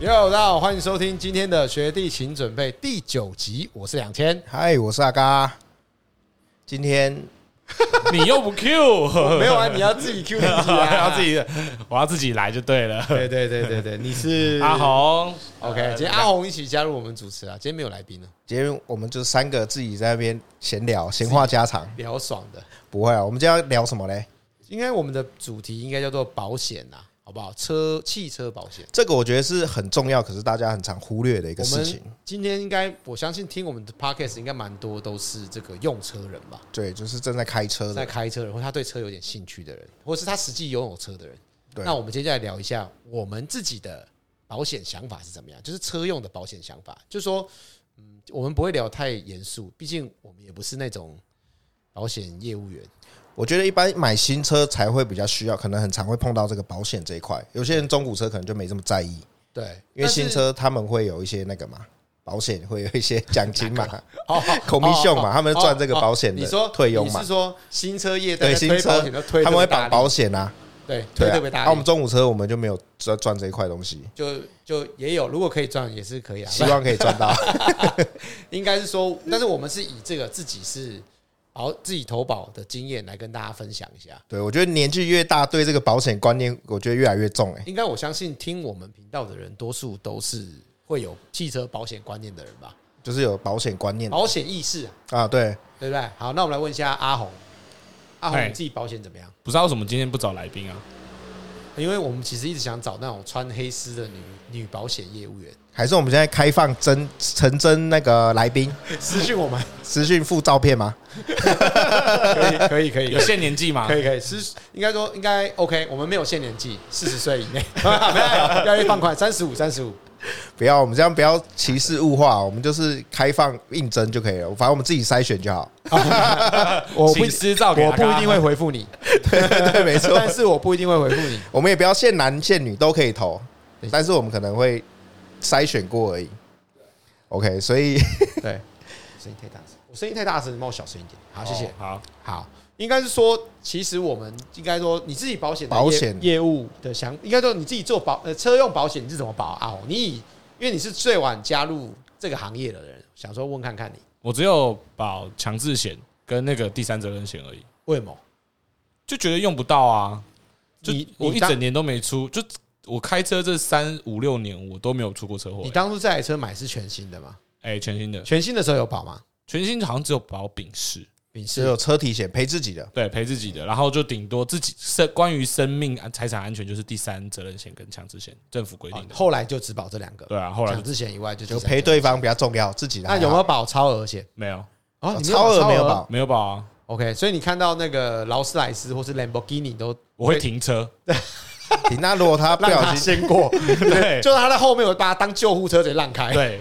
哟，大家好，欢迎收听今天的学弟，请准备第九集，我是两千，嗨，我是阿嘎。今天你又不 Q， 没有啊，你要自己 Q 自己、啊， 我要自。己，我要自己来就对了。对对对对对，你是阿红， ，OK，今天阿红一起加入我们主持啊，今天没有来宾呢，今天我们就三个自己在那边闲聊，闲话家常。聊爽的，不会啊，我们今天要聊什么嘞？应该我们的主题应该叫做保险呐，好不好？车汽车保险，这个我觉得是很重要，可是大家很常忽略的一个我事情们。今天应该我相信听我们的 podcast 应该蛮多都是这个用车人吧，对，就是正在开车在的，开车的人，或他对车有点兴趣的人，或是他实际拥有车的人。对那我们接下来聊一下我们自己的保险想法是怎么样，就是车用的保险想法。就是说，嗯，我们不会聊太严肃，毕竟我们也不是那种保险业务员。我觉得一般买新车才会比较需要，可能很常会碰到这个保险这一块。有些人中古车可能就没这么在意，对，因为新车他们会有一些那个嘛，保险会有一些奖 金嘛， 哦，孔明秀嘛，他们赚这个保险你的说退佣你嘛是，说新车业对在新推车保险都推他们会特别大绑力保险啊。对对推啊，特别大啊力，我们中午车我们就没有赚赚这一块东西，就就也有，如果可以赚也是可以啊。希望可以赚到。应该是说，但是我们是以这个自己是保自己投保的经验来跟大家分享一下。对，我觉得年纪越大，对这个保险观念，我觉得越来越重哎、应该我相信听我们频道的人，多数都是会有汽车保险观念的人吧，就是有保险观念保险意识啊，啊。对，对不对？好，那我们来问一下阿红，阿红嗨你自己保险怎么样？不知道为什么今天不找来宾啊？因为我们其实一直想找那种穿黑丝的女女保险业务员，还是我们现在开放真成真那个来宾 私信我们，私讯附照片吗？可以可以可以有限年纪吗可？以可以，是应该说应该 OK，我们没有限年纪，四十岁以 内，没有要越放宽，三十五三十五，不要，我们这样不要歧视物化，我们就是开放应征就可以了，反正我们自己筛选就好。 我不请私照给我阿嘎不一定会回复 你，对对，没错但，是我不一定会回复你。我们也不要限男限女都可以投对，但是我们可能会筛选过而已。OK，所以对，声音太大声，我声音太大声，你帮我小声一点。好，谢谢哦。好，好，应该是说，其实我们应该说，你自己保险的业保险业务的想，应该说你自己做保呃车用保险你是怎么保啊？哦，你以因为你是最晚加入这个行业的人，想说问看看你我只有保强制险跟那个第三责任险而已，为什么？就觉得用不到啊。就你我一你当整年都没出，就我开车这三五六年我都没有出过车祸你。当初这台车买是全新的吗？哎，全新的，全新的时候有保吗？全新好像只有保丙式，丙只是有车体险赔自己的。对，赔自己的，然后就顶多自己生关于生命安财产安全就是第三责任险跟强制险，政府规定的。哦后来就只保这两个，对啊，后来哦强就制险以外就就只赔对方比较重要，自己的那还有没好有保超额险？没有哦，你没有啊超额保没有保？没有保啊， OK，所以你看到那个劳斯莱斯或是兰博基尼都我会停车。 你那如果他不让小他心，先过，对就是他在后面，我把他当救护车直接让开。对，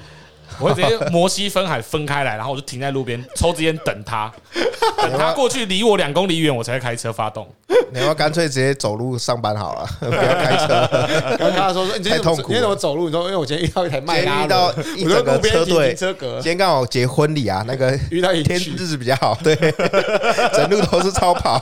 我会直接摩西分海分开来，然后我就停在路边抽支烟等他，等他过去离我两公里远，我才会开车发动。你要不要干脆直接走路上班好了， 不要开车。然后跟他说说，你今天怎么太痛苦你了今天怎么走路？你说因为我今天遇到一台迈今拉天伦遇到一整我就个路边车停停队，车格今，天刚好结婚礼啊，那个 遇到一天群 日子比较好，对，整路都是超跑。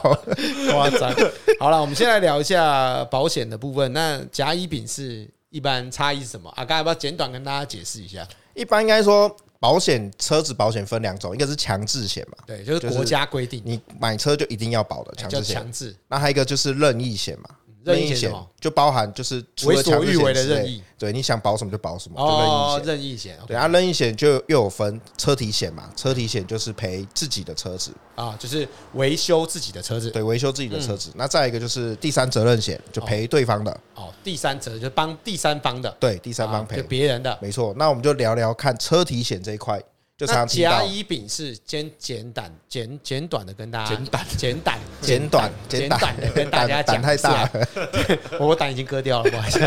夸张。好了，我们先来聊一下保险的部分。那甲乙丙是一般差异是什么？啊，刚才要不要简短跟大家解 释一下？一般应该说，保险车子保险分两种，一个是强制险嘛，对，就是就是国家规定你买车就一定要保的强哎叫制险，强制，那还有一个就是任意险嘛，任意意险是险什么就包含就是除为了所强制欲为险的之类任意，对，你想保什么就保什么，就任意哦险，。任意险对啊，任意险就又有分车体险嘛，车体险就是赔自己的车子，啊，就是维修自己的车子。对，维修自己的车子。嗯那再一个就是第三责任险，就赔对方的，哦，第三者就是帮第三方的，对，第三方啊就赔，别人的。没错。那我们就聊聊看车体险这一块，就常那常提甲到乙丙是简简短简简短的跟大家简短简短 简短简简短的跟 大家讲胆胆太大一下，了。我我胆已经割掉了，不好意思。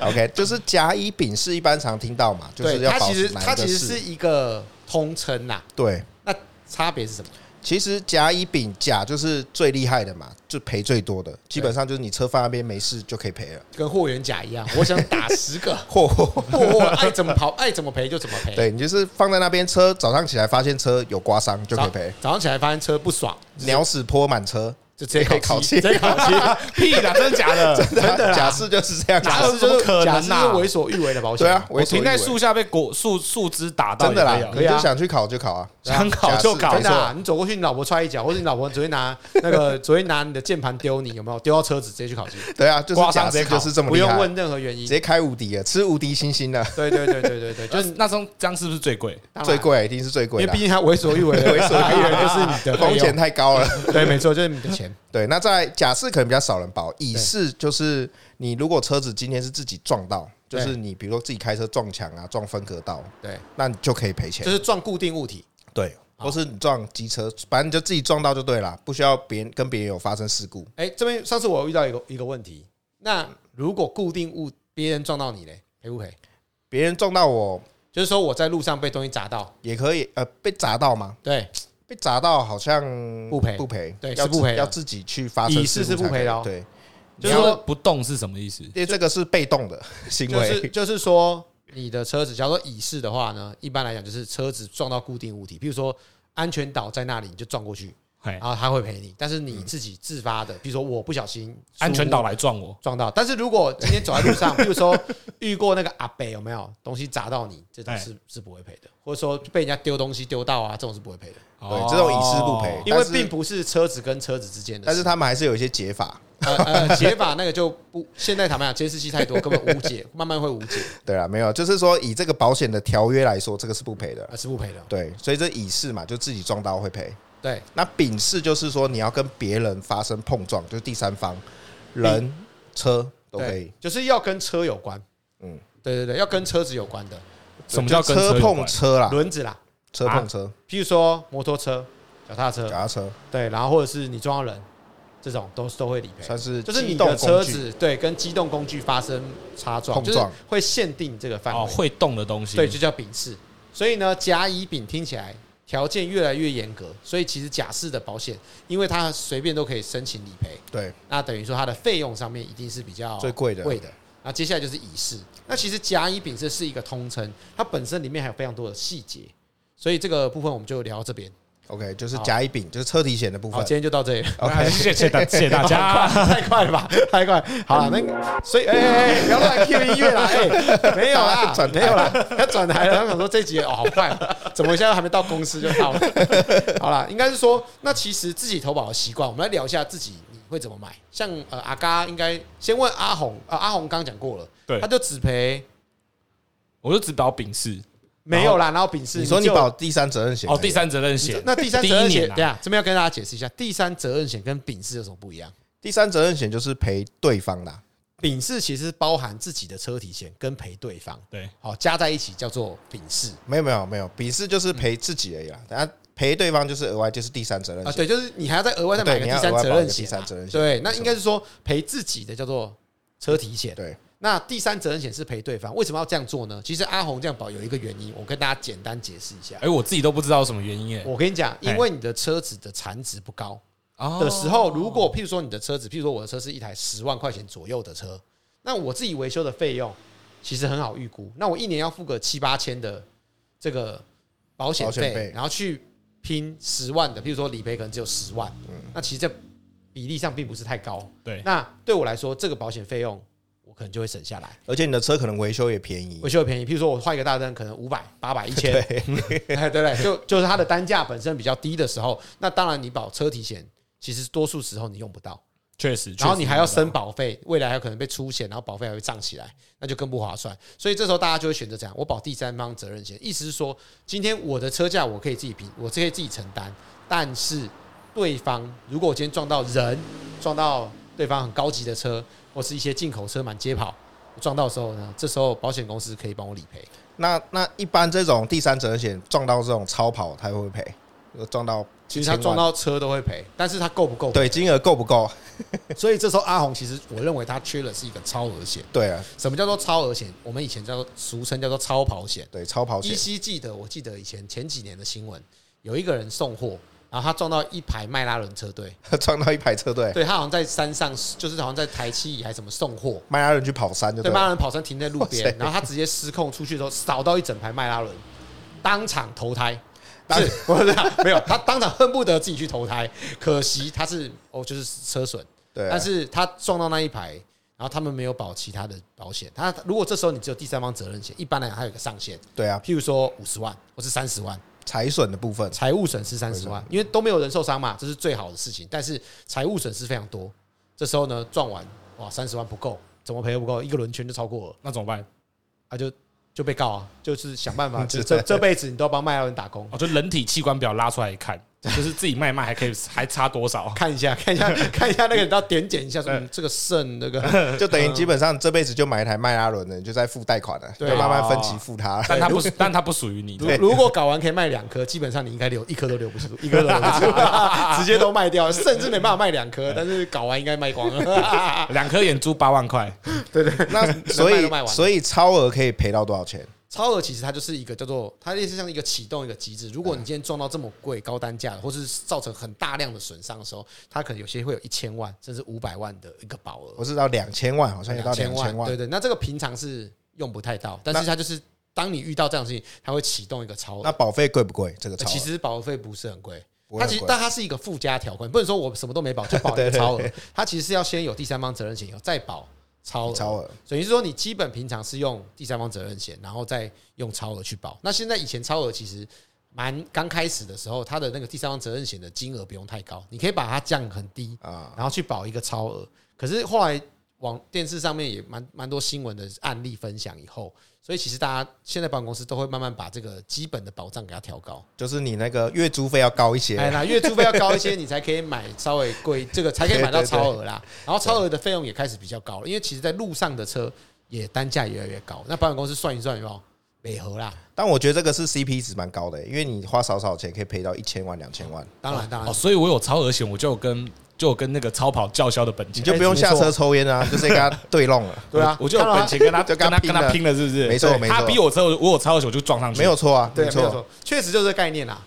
OK，就是甲乙丙是一般常听到嘛， 就是对，要它保其实哪一它个其实是是一个通称呐，对。那差别是什么？其实甲乙丙甲就是最厉害的嘛，就赔最多的，基本上就是你车放那边没事就可以赔 了。，跟霍元甲一样，我想打十个 嚯嚯嚯霍霍爱怎么跑爱怎么赔就怎么赔，对你就是放在那边车，早上起来发现车有刮伤就可早以赔，早上起来发现车不爽，鸟屎泼满车，就直接可以考考期期， 直接考期，屁啦，真的假的？ 真真的啦假释就是这样，假假设就设怎么是可假能设啊是为所欲为的保险对嘛，啊，我我停在树下被果树树枝打到真也的可以啦啊，可你以啊就想去考就考啊，想考就考假真释的啊、没错你走过去，你老婆踹一脚，或者你老婆昨天拿那个昨天拿你的键盘丢你，有没有丢到车子直接去考级？对啊，就是刮伤假直释接考就是这么不厉害用，问任何原因直。接开无敌啊，吃无敌星星的，对对对对 对对，就就是是那时候这样是不是最贵？当然最，贵一定是最因贵为的毕，竟他为所欲为的 为所欲为来源就是你的风险费太高了。用。 对，没错，就是你的钱。 对，那在假释可能比较少人保，乙对式就是你如果车子今天是自己撞到，就对是你比如说自己开车撞墙啊、撞分隔道，对，那你就可以赔钱就。是撞固定物体。对，或是你撞机车，反正你就自己撞到就对了，不需要别人跟别人有发生事故。哎，这边上次我有遇到一个一个问题，那如果固定物别人撞到你嘞，赔不赔？别人撞到我就是说我在路上被东西砸到，也可以，呃，被砸到吗？对，被砸到好像不赔不赔，对要是不自赔的要自己去发生乙式事故是不赔的哦才可以对，就是你要说不动是什么意思？因为这个是被动的 行就为是，就是说你的车子，假如说乙式的话呢，一般来讲就是车子撞到固定物体，比如说安全岛在那里，你就撞过去，嘿然，后他会赔你，但是你自己自发的，比如说我不小心安全岛疏忽来撞我，撞到，但是如果今天走在路上，比如 说遇过那个阿北有没有东西砸到你，这种哎是是不会赔的，或者说被人家丢东西丢到啊，这种是不会赔的。哦对，这种乙式不赔，因为哦但是并不是车子跟车子之间的但事，是他们还是有一些解法，呃呃解法那个就不，现在坦白讲，监视器太多，根本无解， 慢慢会无解，对啊，没有，就是说以这个保险的条约来说，这个是不赔的，呃是不赔的。对，所以这乙式嘛，就自己撞到会赔。对，那丙式就是说你要跟别人发生碰撞，就是第三方人、车都可以对，，就是要跟车有关。嗯嗯，对对对，要跟车子有关的什么叫就跟车车有碰关哦车啦？轮子啊啦，车碰车，譬如说摩托车、脚踏脚车，踏车对，然后或者是你撞到人，这种都是都会理赔。算是就是你机动的工具车子对跟机动工具发生擦撞，碰就是撞会限定这个范哦，围，会动的东西，对，就叫丙式。所以呢，甲乙丙听起来条件越来越严格，所以其实甲式的保险，因为它随便都可以申请理赔，对那等于说它的费用上面一定是比较最贵的哦贵的。那接下来就是乙式，那其实甲乙丙式是一个通称，它本身里面还有非常多的细节，所以这个部分我们就聊到这边。 ，OK，就是甲乙丙，就是车体险的部好，分。今天就到这里了。啊 OK，谢谢大谢谢大 家。太快了吧，太快！好 了，那个所以哎哎哎，不要乱 Q 音乐啦， 哎，没有啦，转台没有啦，他转台了，他想说这集哦好快哦，怎么现在还没到公司就到 了？好啦，应该是说，那其实自己投保的习惯，我们来聊一下自己你会怎么买。像呃阿嘎应该先问阿红，呃阿红刚讲过了，对他就只赔我就只保丙式没有啦，然后丙氏你说你就保第三责任险哦，第三责任险。那第三责任第一险，年啊等一下这边要跟大家解释一下，第三责任险跟丙氏有什么不一样？第三责任险就是赔对方啦，丙氏其实包含自己的车体险跟赔对方。对，好，加在一起叫做丙式没有没有没有，丙式嗯就是赔自己而已啦，等下赔对方就是额外就是第三责任啊，险。对，就是你还要再额外再买个对第你要三责任额外保一个第险啊，三责任险对，那应该是说赔自己的叫做车体险，对，那第三责任险是赔对方。为什么要这样做呢？其实阿红这样保有一个原因，我跟大家简单解释一下。哎，我自己都不知道什么原因哎。我跟你讲，哎因为你的车子的残值不高哦的时候，如果譬如说你的车子，譬如说我的车是一台十万块钱左右的车，那我自己维修的费用其实很好预估，那我一年要付个七八千的这个保险保险费费，然后去拼十万的，譬如说理赔可能只有十万，那其实这比例上并不是太高。对，那对我来说，这个保险费用我可能就会省下来，而且你的车可能维修也便宜维，修便宜。譬如说我换一个大灯，可能五百、八百、一千，嗯 对，哎，对不对？就就是它的单价本身比较低的时候，那当然你保车体险，其实多数时候你用不到，确实。然后确实你还要申保费，未来还有可能被出险，然后保费还会涨起来，那就更不划算。所以这时候大家就会选择这样，我保第三方责任险，意思是说，今天我的车价我可以自己平，我可以自己承担，但是对方如果我今天撞到人，撞到对方很高级的车，或是一些进口车满街跑，我撞到的时候呢，这时候保险公司可以帮我理赔。那那一般这种第三责任险撞到这种超跑，它会不会赔？呃撞到其实他1000万撞到车都会赔，但是他够不够？对金额够不够？所以这时候阿红其实我认为他缺的是一个超额险。对啊，什么叫做超额险？我们以前叫做俗称叫做超跑险。对超跑依险，稀记得，我记得以前前几年的新闻，有一个人送货，然后他撞到一排迈拉伦车队，撞到一排车队，对他好像在山上，就是好像在台七乙还是什么送货，迈阿伦去跑山就对对迈拉了。伦跑车停在路哇边塞，然后他直接失控出去的时候，扫到一整排迈拉伦，当场投胎。当是，不是啊没有，他当场恨不得自己去投胎，可惜他是哦，就是车损，对啊，但是他撞到那一排，然后他们没有保其他的保险。他如果这时候你只有第三方责任险，一般来讲它有一个上限，对啊，譬如说五十万或是三十万，财损的部分，财务损失三十万，因为都没有人受伤嘛，这是最好的事情。但是财务损失非常多，这时候呢撞完哇三十万不够，怎么赔都不够，一个轮圈就超过了，那怎么办？啊就就被告啊，就是想办法，嗯就对这这辈子你都要帮麦当伦打工。 哦，就人体器官表拉出来一看，就是自己卖卖还可以还差多少？看一下，看一下， 看一下那个，你要点检一下，说嗯这个肾那个， 就等于基本上这辈子就买一台迈拉伦了，你就在付贷款了，就对慢慢分期付它了。但它不，但它不属于你。如如果搞完可以卖两颗，基本上你应该留一颗都留不住， 一颗都留不住，直接都卖掉，甚至没办法卖两颗，但是搞完应该卖光了。 两颗眼珠八万块， 那所哦卖以都卖完了所以超额可以赔到多少钱？超额其实它就是一个叫做，它类似像一个启动一个嗯机制。如果你今天撞到这么贵高单价的，或是造成很大量的损伤的时候，它可能有些会有一千万甚至五百万的一个保额，我是到两千万，好像也哦到千两千万对。对，那这个平常是用不太到，但是它就是当你遇到这样的事情，它会启动一个超额那。保费贵不贵？这个呃超额其实保费不是很贵，不会它很其实贵但它是一个附加条款，不能说我什么都没保就保一对个 对超额，它其实是要先有第三方责任险，有再保超额。超额等于是说你基本平常是用第三方责任险，然后再用超额去保。那现在以前超额其实蛮刚开始的时候，它的那个第三方责任险的金额不用太高，你可以把它降很低，啊，然后去保一个超额。可是后来往电视上面也蛮蛮多新闻的案例分享以后，所以其实大家现在保险公司都会慢慢把这个基本的保障给它调高。就是你那个月租费要高一哎，些，那月租费要高一些，你才可以买稍微贵，这个才可以买到超额啦。然后超额的费用也开始比较高了，因为其实在路上的车也单价也越来越高。那保险公司算一算有没有美合啦？但我觉得这个是 CP 值蛮高的、因为你花少少钱可以赔到一千万、两千万，当然，当哦，然，所以我有超额险，我就有跟就有跟那个超跑叫嚣的本你钱，就不用下车抽烟啊，就是跟他对弄 了，对啊，我就有本钱跟他就跟跟他他跟他拼拼了，是不是？没错对没错他逼我之后，我有超额险我就撞上去，没有。错啊，对，没有错。错，确实就是这个概念啦。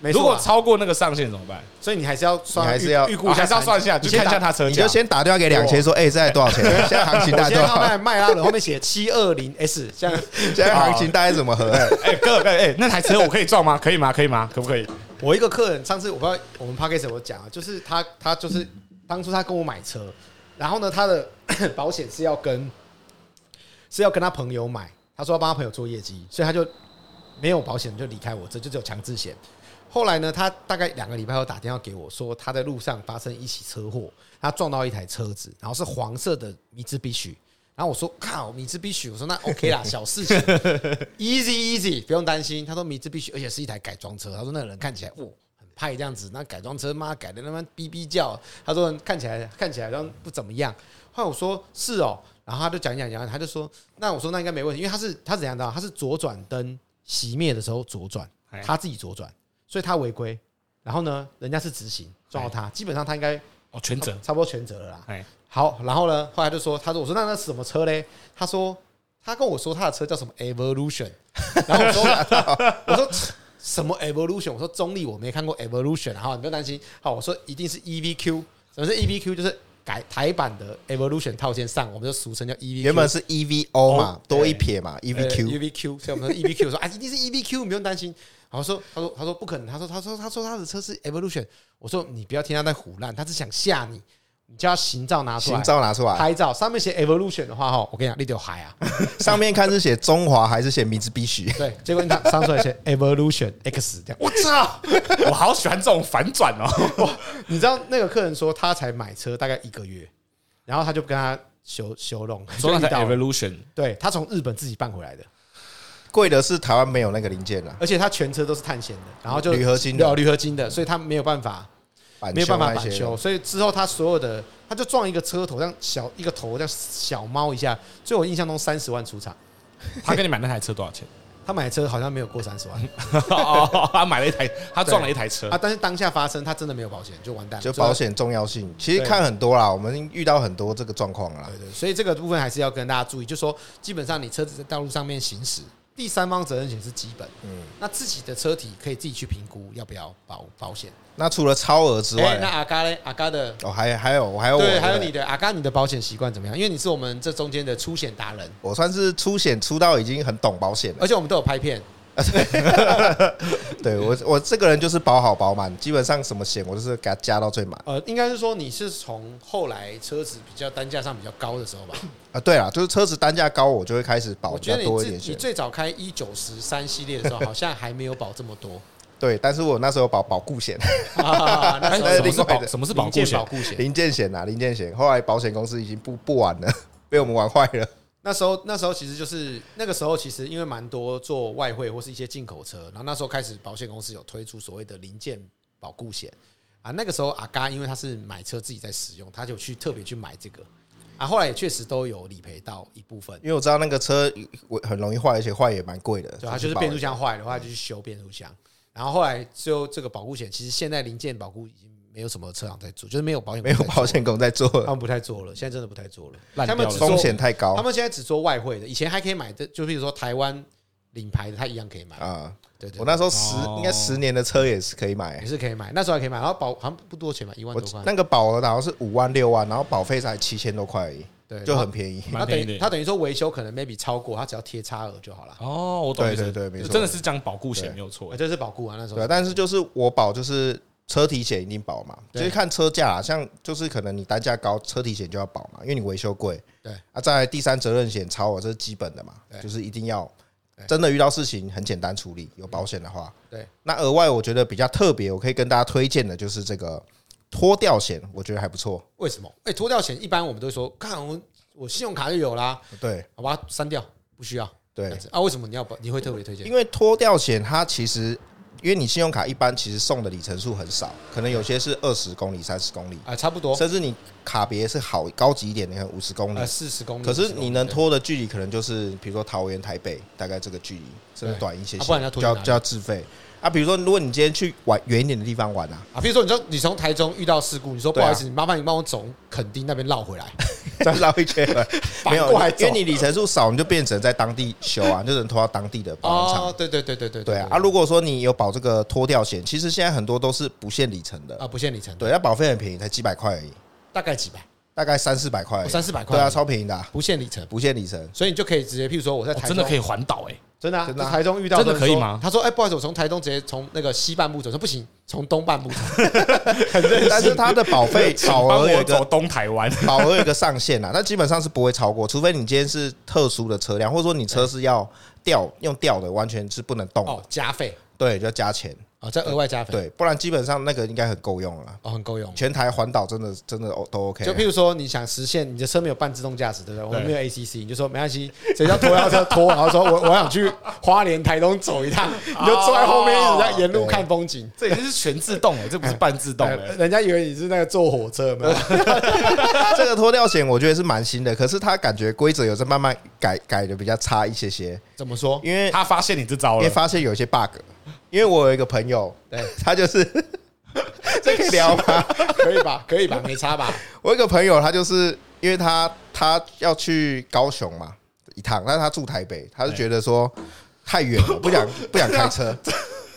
没如错果啊，超过那个上限怎么办？所以你还是要算，你还是要预预预估估一下还是要算一下，就看一下他车你就价。先打电话给两千说，哎，这台多 少钱？现在行情我大概现在看多少？麦麦拉伦后面写七二零 S，这样现在行情大概怎 么合？哦哎哎哥，哎哎，那台车我可以撞吗？可以吗？可以吗？可不可以？我一个客人，上次我不知道我们 p a c k a g e 怎么讲啊，就是他他就是当初他跟我买车，然后呢，他的 保险是要跟是要跟他朋友买，他说要帮他朋友做业绩，所以他就没有保险就离开我这，就只有强制险。后来呢，他大概两个礼拜后打电话给我说，他在路上发生一起车祸，他撞到一台车子，然后是黄色的米兹必须。然后我说靠，米兹必须，我说那 OK 啦，小事情，easy easy，不用担心。他说米兹必须，而且是一台改装车。他说那个人看起来哇很派这样子，那改装车妈改的他妈逼逼叫。他说看起来看起来好像不怎么样。后来我说是哦，然后他就讲一讲讲一讲，他就说那我说那应该没问题，因为他是他怎样的啊，他是左转灯熄灭的时候左转哎，他自己左转，所以他违规。然后呢，人家是直行撞到他，基本上他应该哦，全责。差不多全责了啦。哎，好，然后呢，后来就说，他说，我说那那是什么车嘞？他说，他跟我说他的车叫什么 Evolution，然后我说，啊我说什么 Evolution？我说中立我没看过 Evolution，好，你不用担心，好，我说一定是 EVQ，什么是 EVQ？就是改台版的 Evolution 套件上，我们就俗称叫 EVQ。原本是 EVO 嘛，E 对多一撇嘛 E 呃，EVQ EVQ，所以我们说 EVQ 说啊，一定是 EVQ，你不用担心。然后说，他说，他说不可能，他说，他说，他说他的车是 Evolution。我说你不要听他在胡乱，他是想吓你，你叫他行照拿出来行，照拿出来，拍照上面写 Evolution 的话，哈，我跟你讲，你就嗨 啊。 上面看是写中华还是写米兹必须？对，结果你打上出来写 Evolution X 这样，我操！ 我好喜欢这种反转哦。你知道那个客人说他才买车大概一个月，然后他就跟他修修弄，说那就遇台到了 Evolution，对他从日本自己办回来的， 贵的是台湾没有那个零件啊，而且他全车都是碳纤的，然后就铝合金的对嗯铝合金的，所以他没有办法。板没有办法啊那板些修，啊所以之后他所有的他就撞一个车头，这样小一个头这样小猫一下，所以我印象中三十万出场，他跟你买那台车多少 钱？他买车好像没有过三十 万哦，他买了一台，他撞了一台车啊，。但是当下发生他真的没有保险，就完蛋了，就保险重要性，其实看很多啦，我们遇到很多这个状况啦对。对，所以这个部分还是要跟大家注意，就说基本上你车子在道路上面行驶，第三方责任险是基本，嗯，那自己的车体可以自己去评估要不要保保险。那除了超额之哎，那外，阿嘎嘞，阿嘎的。哦，还还有还有我，对，还有你，的阿嘎，你的保险习惯怎么样？因为你是我们这中间的出险达人，嗯我算是出险出到已经很懂保险了。 而且我们都有拍片，对我我这个人就是保好保满，基本上什么险我就是给它加到最满呃，应该是说你是从后来车子比较单价上比较高的时候吧？啊。对了，就是车子单价高，我就会开始保我比觉较得你多一自点你险。最早开一九十三系列的 时候，好像还没有保这么多。对，但是我那时候有保保固险、啊那哎时哎什候么另是外保的什么是保零固件险保？固险，零件险啊，零件险，后来保险公司已经不不玩了， 被我们玩坏了。那时候那时候其实就是那个时候，其实因为蛮多做外汇或是一些进口车，然后那时候开始保险公司有推出所谓的零件保固险啊。那个时候阿嘎因为他是买车自己在使用，他就去特别去买这个啊。后来也确实都有理赔到一部分，因为我知道那个车我很容易坏，而且坏也蛮贵的。对，他啊就是保变速箱坏的话就去修变速箱。然后后来最后这个保固险，其实现在零件保固已经没有什么车厂在做，就是没有保险没有公司在做保险公司在做 他们不太做了，现在真的不太做了，烂他们掉只了做风险太他高们现在只做外汇的，以前还可以买的，就比如说台湾领牌的，他一样可以买。啊！对对我那时候十哦应该十年的车也是可以也买，是可以买，那时候还可以买，然后保好像不多钱吧，一万我多块，那个保额好像是五万六万，然后保费才七千多块而已，对，就然后很便宜。他蛮等便宜于的。他等于说维修可能 maybe 超过，他只要贴差额就好了，哦，我懂对意思，对对，没就错，真的是讲保固险对没有错啊，。这是保固啊那时候对啊，。但是就是我保就是车体险一定保嘛，就对是看车价啦，像就是可能你单价高，车体险就要保嘛，因为你维修贵。对啊，再来第三责任险超我这是基本的嘛，对就是一定要对真的遇到事情很简单处理，有保险的话。对，那额外我觉得比较特别，我可以跟大家推荐的就是这个脱掉险，我觉得还不错。为什么？哎，脱掉险一般我们都会说，看我我信用卡就有啦，对好吧，删掉不需要。这对样，子啊，为什么你要保？你会特别推荐？因为脱掉险它其实。因为你信用卡一般其实送的里程数很少，可能有些是二十公里、三十公里，啊，差不多甚至你卡别是好高级一点，你看五十公里呃，四十公里。啊可是50公里你能，拖的距离可能就是比如说桃园、台北大概这个距离，甚至对短一些些，啊不然要拖就去要哪里就要自费啊。比如说，如果你今天去玩远一点的地方 玩啊，对啊，比如说你说你从台中遇到事故，你说不对啊好意思，你麻烦你帮我从垦丁那边绕 回来，再绕一圈，啊没有反过来，因走为你里程数少，你就变成在当地修啊，就只能拖到当地的保养哦厂。，对对对对对对啊，啊，如果说你有保这个脱掉险，其实现在很多都是不限里程的，啊不限里程，对，，那保费很便宜，才几百块而已，大概几百，大概三四百块而已，哦三四百块对而啊，已超便宜的啊，不限里程，不限里程。所以你就可以直接，譬如说我在哦台真中的可以环岛哎，真的啊，真的啊就台中遇到真的啊人说可以吗他说：“哎、不好意思，我从台中直接从那个西半部走，说不行，从东半部走。但是它的保费保帮额有我一个走东台湾。 保额有一个上限啊，那基本上是不会超过，除非你今天是特殊的车辆，或者说你车是要吊用吊的，完全是不能动的，哦，加费对，就要加钱，哦，再额外加费，对，不然基本上那个应该很够用了啦。哦，很够用。全台环岛真的真的哦都 OK，就譬如说，你想实现你的车没有半自动驾驶，对不对？我们对没有 ACC，你就说没关系，谁叫拖要车拖？然后说我我想去花莲、台东走一趟，你就坐在后面一直在沿路看风景。这已经是全自动了，哦这不欸是半自动呃了。人家以为你是那个坐火车，有没有？ 这个脱掉险我觉得是蛮新的，可是它感觉规则有在慢慢改改的比较差一些些，怎么说？因为他发现你这招因为了，发现有一些 bug，因为我有一个朋友，对， 他就是这可以聊吗？可以吧？可以吧？没差吧？我有一个朋友，他就是因为他他要去高雄嘛一趟，但是他住台北，他就觉得说太远了，不想不想开车，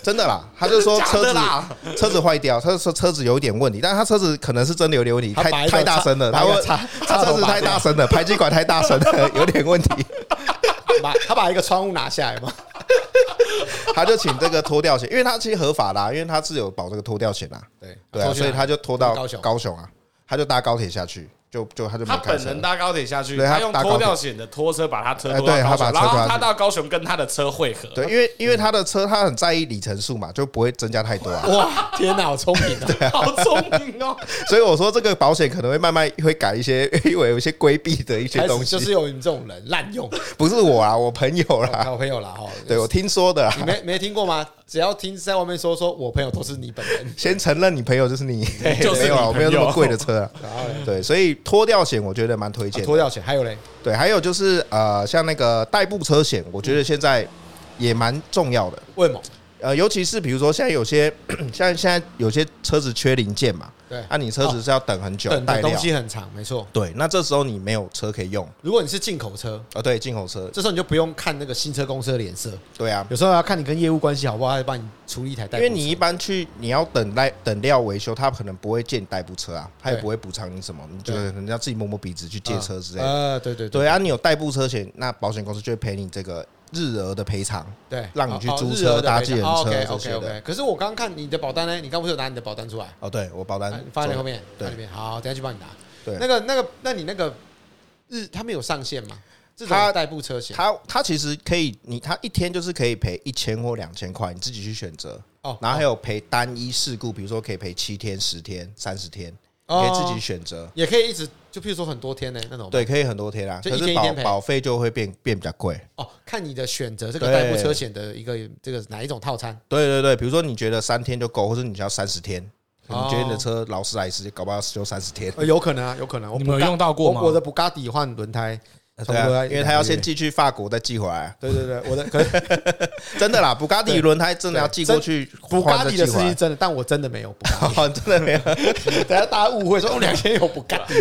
真的啦，他就说假车的子啦，车子坏掉，他就说车子有一点问题，但是他车子可能是真的有点问题，他太拔一个太大声了，插他拔一个会插他车子太大声了，排气管太大声了，有点问题，把他把一个窗户拿下来嘛？他就请这个脱掉险，因为他其实合法啦，因为他是有保这个脱掉险啦，对对啊，所以他就拖到高雄高雄啊，他就搭高铁下去，就就他就没他开本车人。搭高铁下去，对他他用搭高拖铁吊险的拖车把他车哎拖到对高他把车雄，然拖后到他到高雄跟他的车汇合。对，因嗯为因为他的车他很在意里程数嘛，就不会增加太多啊。 哇，天哪，好聪明 啊！ 好聪明哦！所以我说这个保险可能会慢慢会改一些， 因为有一些规避的一些开东始西。就是有你这种人滥 用，不是我啊，我朋友啦，好朋友啦哈。对我听说的啦啊你没没听过吗？只要听在外面说说我朋友都是你本人，先承认你朋友就是你， 就是没有你啊，我没有那朋么友贵的车啊。然后嘞对，所以脱掉险我觉得蛮推啊荐的。脱掉险，还有嘞，对，还有就是呃，像那个代步车险，我觉得现在也蛮重要的。为毛？呃，尤其是比如说现在有些 像现在有些车子缺零件嘛，对哦啊，你车子是要等很久，等待的料东。西很长，没错。对，那这时候你没有车可以用，如果你是进口车，啊，对，进口车，这时候你就不用看那个新车公司的脸色，对啊，有时候要看你跟业务关系好不好，他就帮你处理一台代因步车。为你一般去你要等待等料维修，他可能不会借你代步车啊，他也对不会补偿你什么，你就对可能要自己摸摸鼻子去借车之类的。啊呃，对对对，对啊，你有代步车险，那保险公司就会赔你这个日额的赔偿，对，哦让你去租车搭计程车 OK 这 OK 些的 OK。可是我刚刚看你的保单呢，你刚不是有拿你的保单出来？哦，对我保单啊你放在走后面，对放在里面。好，等一下去帮你拿。对那个那个，那你那个日他们有上限吗？这种他代步车险他他其实可以，你他一天就是可以赔一千或两千块，你自己去选择。哦，然后还有赔单一事故，比如说可以赔七天、十天、三十天，哦可以自己选择。也可以一直就譬如说很多天呢那种。对，可以很多天啦，就可一天是一天保赔保费就会变变比较贵。哦，看你的选择这个对代步车险的一个这个哪一种套餐。对对对，比如说你觉得三天就够，或者你要三十天，你哦觉得你的车劳斯莱斯搞不好要修三十天。呃，有可能啊，有可能。我你们有布加用到过吗我我的布嘎迪换轮胎，差不对多啊，在因为他要先两个月。寄去法国，再寄回来。对对对，我的可能真的啦，布加迪轮胎真的要寄过去，布换嘎再迪的寄司回机来。真的，但我真的没有布嘎迪。哦，真的没有。 等下大家误会说哦，两千有布嘎 迪，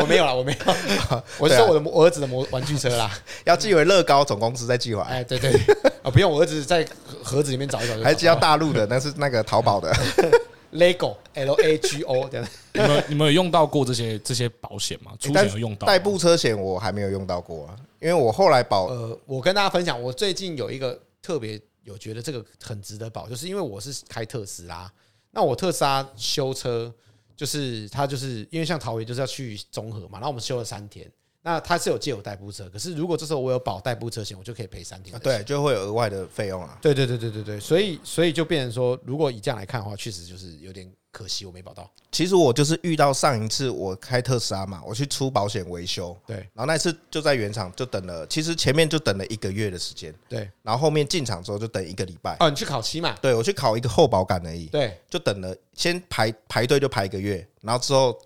我没有啦，我没有，我是说我的摩我儿子的摩玩具车啦。要寄回乐高总公司再寄回来，哎，对对， 啊，不用，我儿子在盒盒子里面找一找就好了，还寄到大陆的，那是那个淘宝的。 Lego L A G O 这样。 你们你们有用到过这些这些保险吗？出哎但险有用到吗代步车险我还没有用到过啊，因为我后来保呃，我跟大家分享，我最近有一个特别有觉得这个很值得保，就是因为我是开特斯拉，那我特斯拉修车，就是它就是因为像桃园就是要去综合嘛，然后我们修了三天。那它是有借我代步车，可是如果这时候我有保代步车险，我就可以赔三天的钱。对就会有额外的费用啊。对对对对对对，所以所以就变成说，如果以这样来看的话，确实就是有点可惜，我没保到。其实我就是遇到上一次我开特斯拉嘛，我去出保险维修，对然后那次就在原厂就等了，其实前面就等了一个月的时间，对，然后后面进厂之后就等一个礼拜。哦，你去考期嘛？对我去考一个后保感而已，对，就等了先排排队就排一个月，然后之后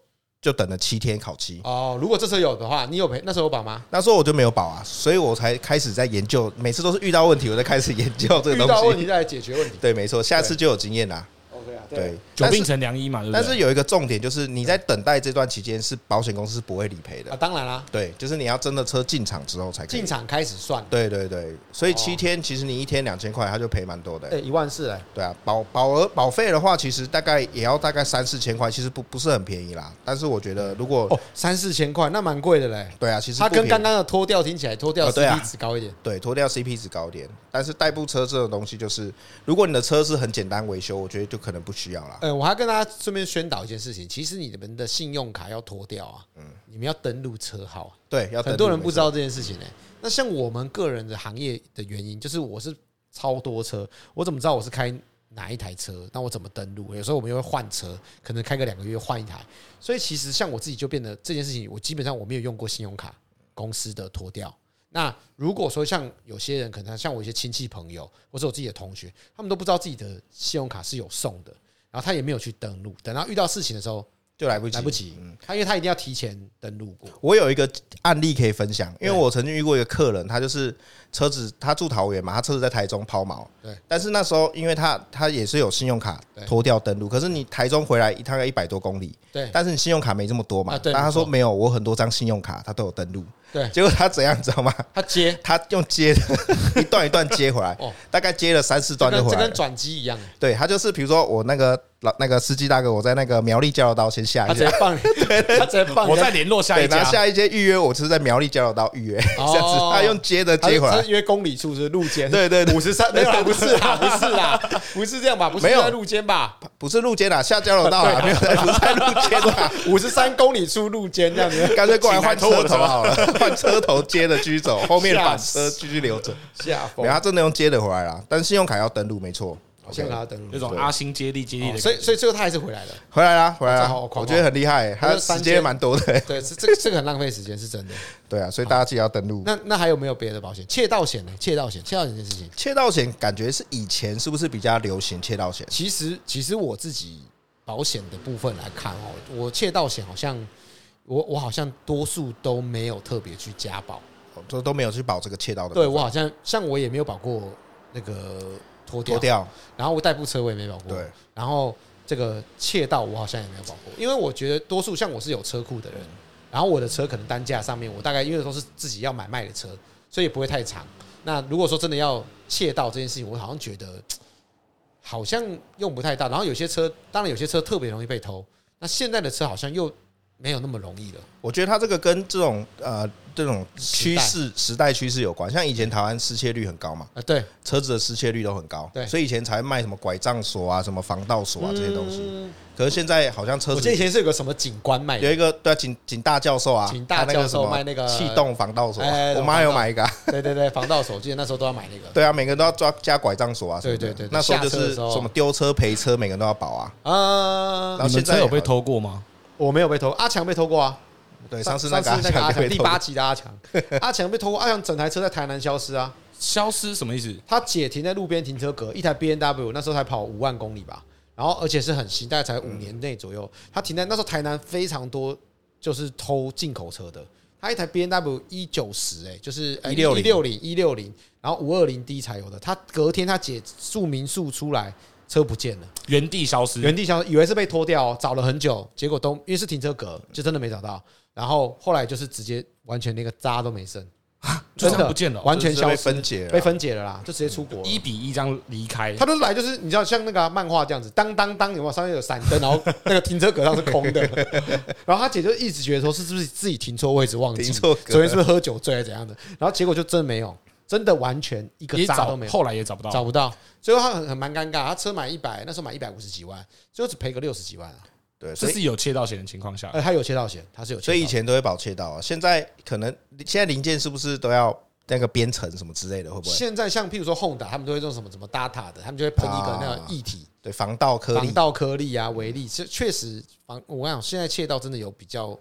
就等了七天考期。哦，如果这时候有的话，你有赔？那时候有保吗？那时候我就没有保啊，所以我才开始在研究，每次都是遇到问题我才开始研究这遇个到东问西。题再来解决问题。对，没错，下次就有经验啦。 OK 啊，对，久但病是成啊良医嘛，对不对？但是有一个重点就是你在等待这段期间是保险公司不会理赔的啊，。当然啦，对，就是你要真的车进厂之后才可以。进场开始算，对对对，所以七哦天其实你一天两千块，他就赔蛮多的、对，一万四哎，对啊，保保额保费的话，其实大概也要大概三四千块，其实不不是很便宜啦。但是我觉得如果、哦，三四千块，那蛮贵的嘞。对啊，其实它不便跟宜刚刚的脱掉听起来，脱掉哦对啊 CP 值高一点。对脱掉 CP 值高点，但是代步车这种东西，就是如果你的车是很简单维修，我觉得就可能不需要啦。呃，我还跟大家顺便宣导一件事情，其实你们的信用卡要脱掉啊，嗯你们要登录车号啊，对，要等很多人不知道这件事情呢、欸那像我们个人的行业的原因，就是我是超多车，我怎么知道我是开哪一台车？那我怎么登录？有时候我们又会换车，可能开个两个月换一台。所以其实像我自己就变得这件事情，我基本上我没有用过信用卡公司的脱掉。那如果说像有些人可能像我一些亲戚朋友，或者我自己的同学，他们都不知道自己的信用卡是有送的，然后他也没有去登录，等到遇到事情的时候就来不及，嗯来不及，他因为他一定要提前登录过。我有一个案例可以分享，因为对我曾经遇过一个客人，他就是车子，他住桃园嘛，他车子在台中抛锚，对，但是那时候因为他他也是有信用卡对脱掉登录，可是你台中回来一趟要一百多公里，对但是你信用卡没这么多嘛，啊对但他说没错没有，我很多张信用卡他都有登录，对，结果他怎样你知道吗？他接他用接的 一段一段接回来哦，大概接了三四段这就跟回这来跟了。转机一样，对他就是，比如说我那个老那个司机大哥，我在那个苗栗交流道先下他一直下接， 放，他直接放人家。我再联络下对，一然家后，下一间预约，我就是在苗栗交流道预约，这哦样子，他用接的他接回他来是，约公里数是路肩，对对对五十三没有啦，不是啦，不是啦，不是这样吧？不是没有在路肩吧？不是路肩啦，下交流道啊啦，没有在不是在路 肩啦，五十三公里处路肩这样子，干脆过来换请来车拖头我车好了，换车头接着继续走，后面吓反死哦车继续留着，下没有他真的用接的回来啦，但是信用卡要登录没错，信用卡要登那录，种阿星接力接力的哦感觉，所以所以最后他还是回来了。回来啦，回来这啦，好狂哦我觉得很厉害欸，他他就三时间间蛮多的欸，对，是这个这个很浪费时间，是真的。对啊，所以大家记得要登录。那那还有没有别的保险？窃盗险呢？窃盗险，窃盗险这件事情，窃盗险感觉是以前是不是比较流行窃盗险？其实其实我自己保险的部分来看哦，我窃盗险好像我我好像多数都没有特别去加保。哦都都没有去保这个窃盗的部对分，我好像像我也没有保过那个脱掉，脱掉，然后我代步车我也没保过，对，然后这个窃盗我好像也没有保过，因为我觉得多数像我是有车库的人，嗯然后我的车可能单价上面我大概因为都是自己要买卖的车，所以也不会太长。那如果说真的要窃盗这件事情，我好像觉得好像用不太到。然后有些车，当然有些车特别容易被偷，那现在的车好像又没有那么容易了。我觉得他这个跟这种呃这种趋势、时代趋势有关。像以前台湾失窃率很高嘛，啊，对，车子的失窃率都很高，对所以以前才卖什么拐杖锁啊、什么防盗锁啊这些东西。嗯可是现在好像车我记得以子前是有个什么警官卖有的，一个对啊景景大教授啊，景大他那个教授什么卖那个气动防盗锁啊哎，我妈有买一个啊， 对对对，防盗手，记得那时候都要买那个对啊，每个人都要抓加拐杖锁啊什么的，对对对那时候就下车是的时候什么丢车赔车，每个人都要保啊。啊然。后你们现在啊车有被好偷过吗？我没有被偷，阿强被偷过啊。对，上上次那个上次那个阿阿强强第八集的阿 强，阿强被偷过，阿强整台车在台南消失啊。消失什么意思？他姐停在路边停车格，一台 B N W，那时候才跑五万公里吧，然后而且是很新，大概才五年内左右。他停在那时候台南非常多就是偷进口车的，他一台 B N W 一九十哎，就是160一六零一六零，然后五二零 D 才有的。他隔天他姐住民宿出来，车不见了。原地消失，原地消失，以为是被拖掉、哦，找了很久，结果都因为是停车格，嗯就真的没找到。然后后来就是直接完全连个渣都没剩，真就这样啊的不见了哦，完全就是消被失，分解了啊，被分解了啦，就直接出国了。一比一这样离开。他都来就是你知道像那个啊、漫画这样子，当当当，有没有上面有闪灯，然后那个停车格上是空 的，然后他姐就一直觉得说是不是自己停错位置忘记，停错格昨天是不是喝酒醉啊还是怎样的，然后结果就真没有，真的完全一个也渣找都没有。后来也找不到，找不到，最后他很很蛮尴尬，他车买一百，那时候买一百五十几万，最后只赔个六十几万啊。对，所以这是有窃盗险的情况下，呃，他有切到险，他是有切到所险，以以前都会保窃到啊，现在可能现在零件是不是都要那个编程什么之类的，会不会？现在像譬如说 Honda，他们都会用什么什么 Data 的，他们就会喷一个那个液体、对，防盗颗防粒，嗯盗颗粒啊、微粒，是确实防。我跟你讲，现在窃盗真的有比较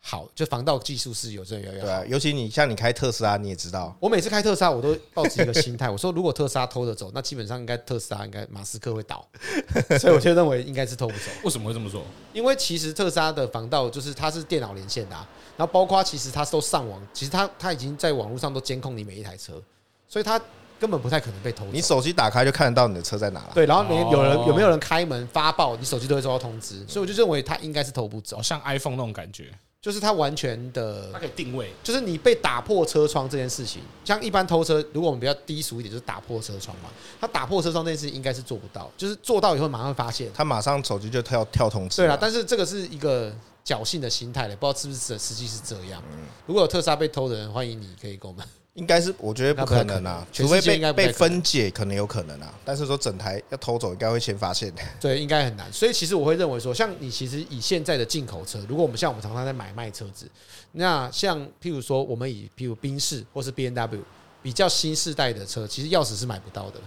好，就防盗技术是有真的越来越对好。啊，尤其你像你开特斯拉，你也知道，我每次开特斯拉，我都抱持一个心 态，我说如果特斯拉偷着走，那基本上应该特斯拉应该马斯克会倒， 所以我就认为应该是偷不走。为什么会这么说？因为其实特斯拉的防盗就是它是电脑连线的、啊，然后包括其实它都上网，其实它它已经在网络上都监控你每一台车，所以它根本不太可能被偷走。你手机打开就看得到你的车在哪了。对，然后连哦有人、有没有人开门发报，你手机都会收到通知，所以我就认为它应该是偷不走哦，，像 iPhone 那种感觉，就是它完全它的，可以定位。就是你被打破车窗这件事情，像一般偷车，如果我们比较低俗一点，就是打破车窗嘛，它打破车窗这件事情应该是做不到，就是做到以后马上会发现。他马上手机就跳跳通知对了。啦，但是这个是一个侥幸的心态了，不知道是不是实际是这样。如果有特斯拉被偷的人，欢迎你可以跟我们。 应该是我觉得不可能啊，那除不太可能全世非界应该被不太可能被分解，可能有可能啊。但是说整台要偷走，应该会先发现。对，应该很难。所以其实我会认为说，像你其实以现在的进口车，如果我们像我们常常在买卖车子，那像譬如说我们以譬如宾士或是 B N W 比较新世代的车，其实钥匙是买不到的。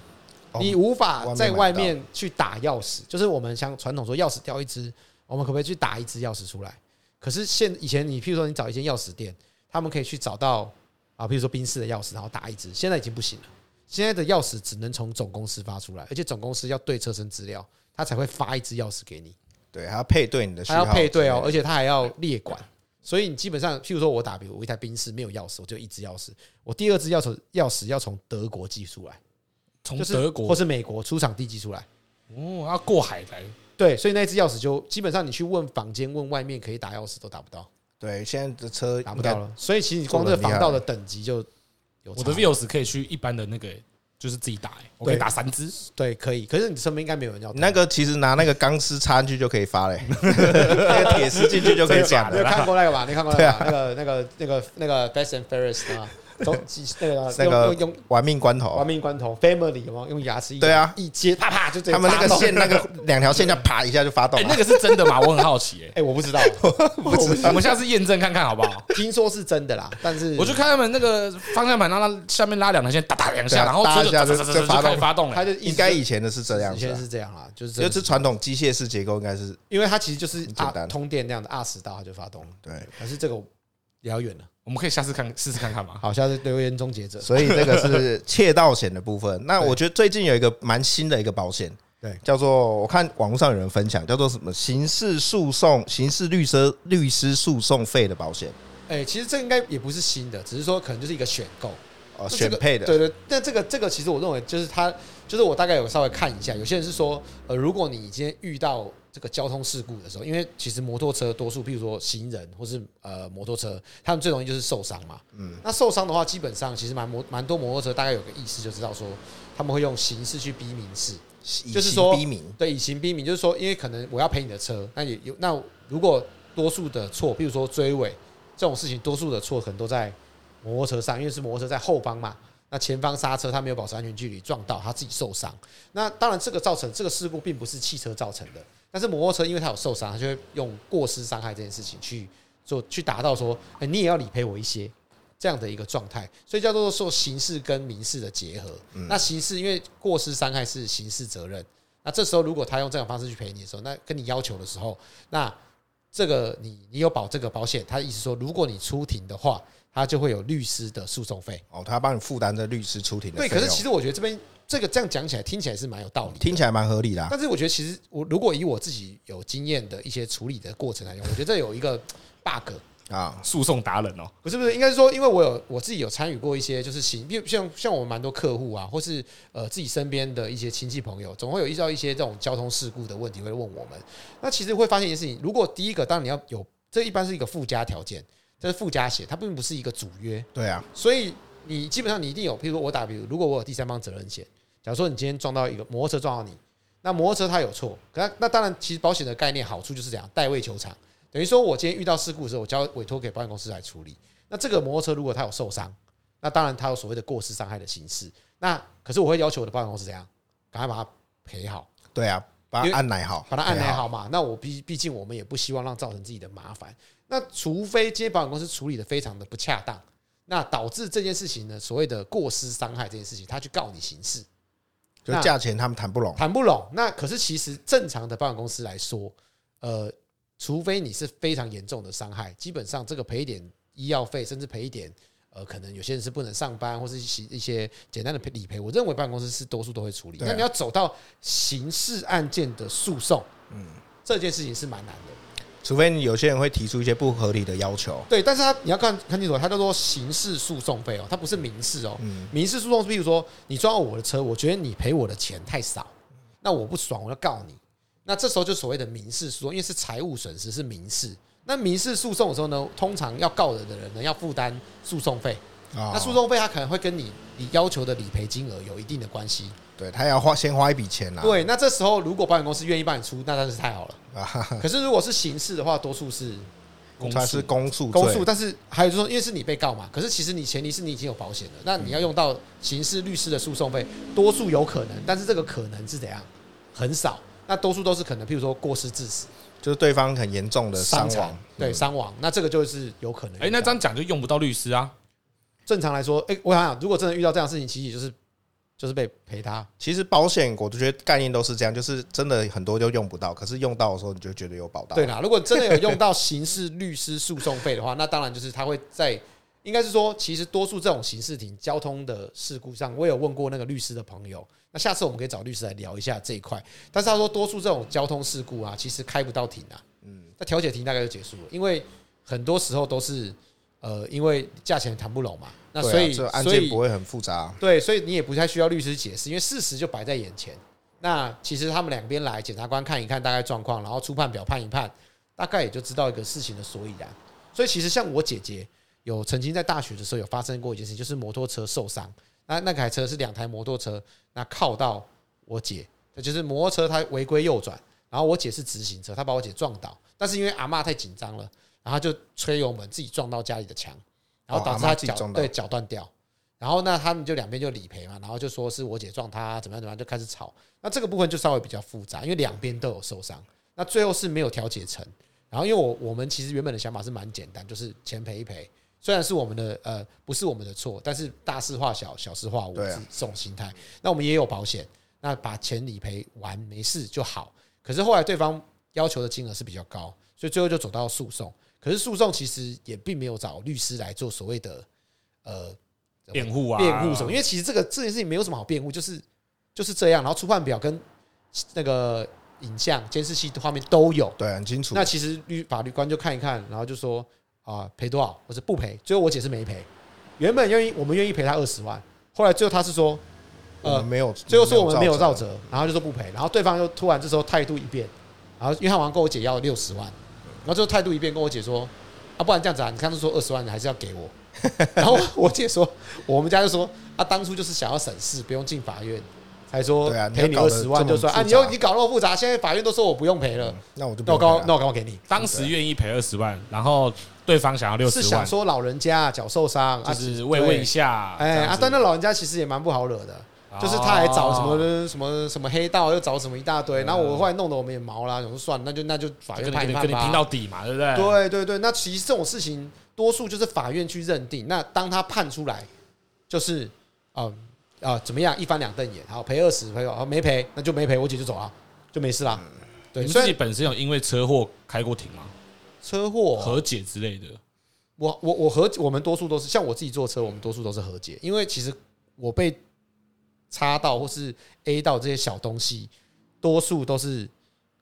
哦你无法外面在买外到面去打钥匙，就是我们像传统说钥匙掉一只，我们可不可以去打一只钥匙出来？可是现以前你譬如说你找一间钥匙店，他们可以去找到啊，譬如说宾士的钥匙，然后打一只，现在已经不行了。现在的钥匙只能从总公司发出来，而且总公司要对车身资料，他才会发一只钥匙给你，对，还要配对你的序他号要之类的，配对哦，而且他还要列管。所以你基本上，譬如说我打比如我一台宾士没有钥匙，我就一只钥匙，我第二只钥匙钥匙要从德国寄出来，从就是德或国是美国出厂地寄出来。哦，要过海来，对，所以那只钥匙就基本上你去问房间、问外面可以打钥匙都打不到，对，现在的车打不到应了。所以其实你光这个做得很防厉害盗的等级就有我的差 Vios 可以去一般的那个，就是自己打，欸我可以打三支，对可以，可是你身边应该没有人要该。那个其实拿那个钢丝插进去就可以 发嘞，那个铁丝进去就可以转你有了。看过那个吧？你看过那个吧那个那个那个那个 Fast and Furious 啊，从那个那用个用用玩命关亡头，命关头 Family 有没有用牙齿一对啊一接啪啪就直接他们那个发动 线那个两条线，这样啪一下就发动哎，了那。个是真的吗？我很好奇，哎，哎我不知道，不知我道，们下次验证看看好不好？听说是真的啦，但是我就看他们那个方向盘，让它下面拉两条线，打打两对下，啊然后打车一下就就就就发动开始发动他了。就一直应该 以前的是这样以子前啊是，这样啦，就是真的就是传统机械式结构应该是因为它其实就是很简啊单通电那样的二十刀它就发动了，对，可是这个我聊远了。我们可以下次看试试看看嘛。好，下次留言终结者。所以这个是窃盗险的部分。 那对我觉得最近有一个蛮新的一个保险，对，叫做我看网络上有人分享，叫做什么刑事诉讼、刑事律师律师诉讼费的保险，哎、其实这应该也不是新的，只是说可能就是一个选购、哦，那这选个配的，对对，那这个这个其实我认为就是它，就是我大概有稍微看一下，有些人是说，呃，如果你今天遇到这个交通事故的时候，因为其实摩托车多数，譬如说行人或是呃摩托车，他们最容易就是受伤嘛。嗯，那受伤的话，基本上其实蛮摩蛮多摩托车大概有个意识就知道说，他们会用刑事去逼民事。以就是刑说逼民，对，以刑逼民，就是说，因为可能我要赔你的车，那也有那如果多数的错，比如说追尾、这种事情，多数的错可能都在摩托车上，因为是摩托车在后方嘛，那前方刹车他没有保持安全距离，撞到他自己受伤。那当然，这个造成这个事故并不是汽车造成的，但是摩托车因为他有受伤，他就会用过失伤害这件事情去做，去达到说，哎、你也要理赔我一些。这样的一个状态，所以叫做说刑事跟民事的结合。那刑事因为过失伤害是刑事责任，那这时候如果他用这种方式去赔你的时候，那跟你要求的时候，那这个你你有保这个保险，他的意思说，如果你出庭的话，他就会有律师的诉讼费。哦，他帮你负担这律师出庭的对，费可哦用。是其实我觉得这边这个这样讲起来听起来是蛮有道理的，听起来蛮合理的啊、但是我觉得，其实我如果以我自己有经验的一些处理的过程来讲，我觉得这有一个 bug，啊，诉讼达人哦，不是不是，应该是说，因为我有我自己有参与过一些，就是行，比如像像我们蛮多客户啊，或是呃自己身边的一些亲戚朋友，总会有遇到一些这种交通事故的问题会问我们。那其实会发现一件事情，如果第一个，当然你要有，这一般是一个附加条件，这是附加险，它并不是一个主约，对啊，所以你基本上你一定有，譬如说我打比如，如果我有第三方责任险，假如说你今天撞到一个摩托车撞到你，那摩托车它有错，可那那当然，其实保险的概念好处就是这样，代位求偿，等于说我今天遇到事故的时候，我交委托给保险公司来处理。那这个摩托车如果它有受伤，那当然它有所谓的过失伤害的形式。那可是我会要求我的保险公司怎样，赶快把它赔好。对啊，把因它为按奶好，把它按对耐啊好嘛。那我毕毕竟我们也不希望让造成自己的麻烦。那除非今天保险公司处理的非常的不恰当，那导致这件事情呢，所谓的过失伤害这件事情，他去告你刑事，就价钱他们谈不拢。谈不拢。那可是其实正常的保险公司来说，呃，除非你是非常严重的伤害，基本上这个赔一点医药费，甚至赔一点。呃，可能有些人是不能上班，或是一些一些简单的理赔，我认为保险公司是多数都会处理。对啊那你要走到刑事案件的诉讼，嗯，这件事情是蛮难的。除非你有些人会提出一些不合理的要求，对，但是他你要看看清楚，他叫做刑事诉讼费哦，它不是民事哦。民事诉讼是，比如说你撞到我的车，我觉得你赔我的钱太少，那我不爽，我要告你。那这时候就所谓的民事诉讼，因为是财务损失是民事。那民事诉讼的时候呢，通常要告人的人呢要负担诉讼费，那那诉讼费他可能会跟你你要求的理赔金额有一定的关系。对他要花先花一笔钱啊啦。对，那这时候如果保险公司愿意帮你出，那真是太好了。啊，哈哈可是如果是刑事的话，多数是公他司是公诉罪公诉，但是还有就是说，因为是你被告嘛，可是其实你前提是你已经有保险了，那你要用到刑事律师的诉讼费，多数有可能，但是这个可能是怎样很少，那多数都是可能，譬如说过失致死、就是对方很严重的伤残嗯亡。嗯对伤亡，那这个就是有可能遇到。哎，那这样讲就用不到律师啊，正常来说，哎，我想想，如果真的遇到这样的事情，其实也就是就是被赔他，其实保险，我都觉得概念都是这样，就是真的很多就用不到，可是用到的时候你就觉得有保到。对啦，如果真的有用到刑事律师诉讼费的话，那当然就是他会在，应该是说，其实多数这种刑事庭交通的事故上，我有问过那个律师的朋友，那下次我们可以找律师来聊一下这一块。但是他说，多数这种交通事故啊，其实开不到庭啊，嗯，那调解庭大概就结束了，因为很多时候都是呃，因为价钱谈不拢嘛，那对啊所以、这案所以件不会很复杂。对，所以你也不太需要律师解释，因为事实就摆在眼前。那其实他们两边来，检察官看一看大概状况，然后初判表判一判，大概也就知道一个事情的所以然。所以其实像我姐姐有曾经在大学的时候有发生过一件事情，就是摩托车受伤。那那台车是两台摩托车，那靠到我姐，那就是摩托车她违规右转，然后我姐是直行车，她把我姐撞倒，但是因为阿嬷太紧张了，然后她就吹油门自己撞到家里的墙，然后哦导致阿嬷她自己脚、撞到对脚断掉。然后那他们就两边就理赔嘛，然后就说是我姐撞他怎么样怎么样，就开始吵。那这个部分就稍微比较复杂，因为两边都有受伤，那最后是没有调解成。然后因为我我们其实原本的想法是蛮简单，就是钱赔一赔，虽然是我们的呃不是我们的错，但是大事化小，小事化无对是啊这种心态。那我们也有保险，那把钱理赔完没事就好。可是后来对方要求的金额是比较高，所以最后就走到诉讼。可是诉讼其实也并没有找律师来做所谓的呃辩护啊，辩护什么，因为其实这个这件事情没有什么好辩护，就是就是这样。然后初判表跟那个影像、监视器的画面都有，对，啊很清楚。那其实律法律官就看一看，然后就说啊赔多少，或者不赔。最后我姐是没赔，原本愿意我们愿意赔她二十万，后来最后她是说，我们呃，没有，最后说我们没有造造成。责，然后就说不赔，然后对方又突然这时候态度一变，然后因为他好像跟我姐要六十万，然后最后态度一变跟我姐说啊，不然这样子啊，你刚才说二十万你还是要给我。 然后我姐说，我们家就说，啊，当初就是想要省事，不用进法院，还说对啊你要赔你搞二得十万，这么就说啊，复你杂又你搞那么复杂，现在法院都说我不用赔了，那我就不那我用干嘛赔啊那了我干嘛给你？当时愿意赔二十万，然后对方想要六是十想万，说老人家脚受伤，就啊是慰问一。下。对哎啊，但那老老人家其实也蛮不好惹的，哦就是他还找什么什么什么黑道，又找什么一大堆，然后我后来弄得我们也毛啦，我说算了，那就那就法院跟你判一跟你判跟你吧拼到底嘛，对不对？对对对，那其实这种事情多数就是法院去认定。那当他判出来，就是啊啊、呃怎么样一翻两瞪眼，好赔二十，赔好没赔那就没赔，我姐就走啊，就没事啦。嗯你对，们所自己以本身有因为车祸开过庭吗？车祸和解之类的，我我我和我们多数都是像我自己坐车，我们多数都是和解，因为其实我被插到或是 A 到这些小东西，多数都是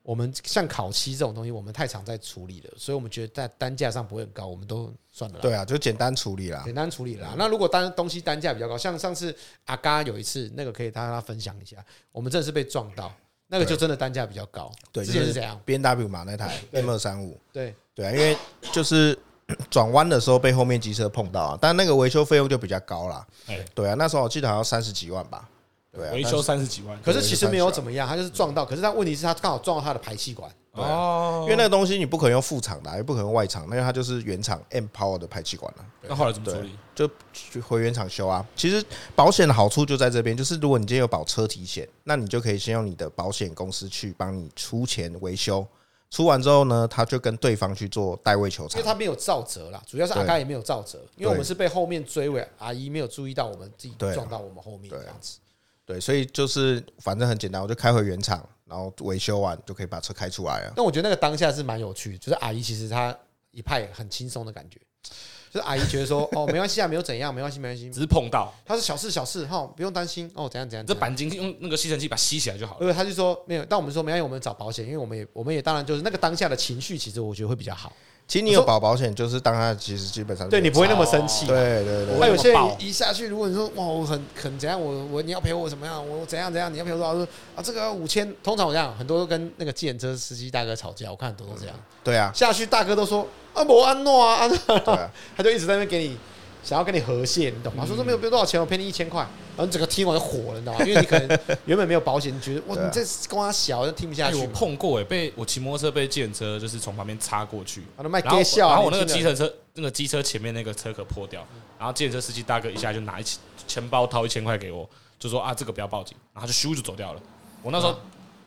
我们像烤漆这种东西，我们太常在处理了，所以我们觉得在单价上不会很高，我们都算了啦。对啊，就简单处理啦。简单处理啦。那如果单东西单价比较高，像上次阿嘎有一次那个可以大家分享一下，我们真的是被撞到，那个就真的单价比较高。对，之就前是怎样？ ？B N W 嘛，那台 M 二三五，对，对啊，因为就是 转弯的时候被后面机车碰到啊，但那个维修费用就比较高啦。哎，对啊，那时候我记得好像三十几万吧。对啊，维但修是三十几万可是其实没有怎么样，他就是撞到，可是他问题是他刚好撞到他的排气管。哦因为那个东西你不可能用副厂的啊，也不可能用外厂，那它就是原厂 M Power 的排气管了、那后来怎么处理？就去回原厂修啊。其实保险的好处就在这边，就是如果你今天有保车体险，那你就可以先用你的保险公司去帮你出钱维修，出完之后呢，他就跟对方去做代位求因为偿。他没有照责啦，主要是阿对嘎也没有照责，因为对我们是被后面追尾，阿姨没有注意到我们自己对啊撞到我们后面对啊这样子。对，所以就是反正很简单，我就开回原厂，然后维修完就可以把车开出来啊。但我觉得那个当下是蛮有趣的，就是阿姨其实她一派很轻松的感觉，就是阿姨觉得说 哦没关系啊，没有怎样，没关系没关系只，是碰到，她是小事小事哈，不用担心哦，怎样怎样。这怎样钣金用那个吸尘器把它吸起来就好了。因为他就说没有，但我们说没有，我们找保险，因为我们也我们也当然就是那个当下的情绪，其实我觉得会比较好，其实你有保保险，就是当他其实基本上对你不会那么生气。气对对对那有些不会那么人爆一下去，如果你说哇，我很很怎样，我我你要赔我怎么样，我怎样怎样，你要赔我多少？说啊，这个五千，通常我这样，很多都跟那个计程车司机大哥吵架，我看很多都嗯这样，对啊，下去大哥都说啊，我安诺啊，安诺对啊， 他就一直在那边给你想要跟你和解，你懂吗？说说没有没有多少钱，我赔你一千块，然后你整个听完就火了，你知道吗？因为你可 能原本没有保险，你觉得哇，对啊你这光他小，就听不下哎，啊去我嘛。碰过哎，被我骑摩托车被计程车就是从旁边擦过去，他卖然后给笑啊，然后我那个年轻机人车车那个机车前面那个车壳破掉，然后计程车司机大哥一下就拿一起钱包掏一千块给我，就说啊这个不要报警，然后他就咻就走掉了。我那时候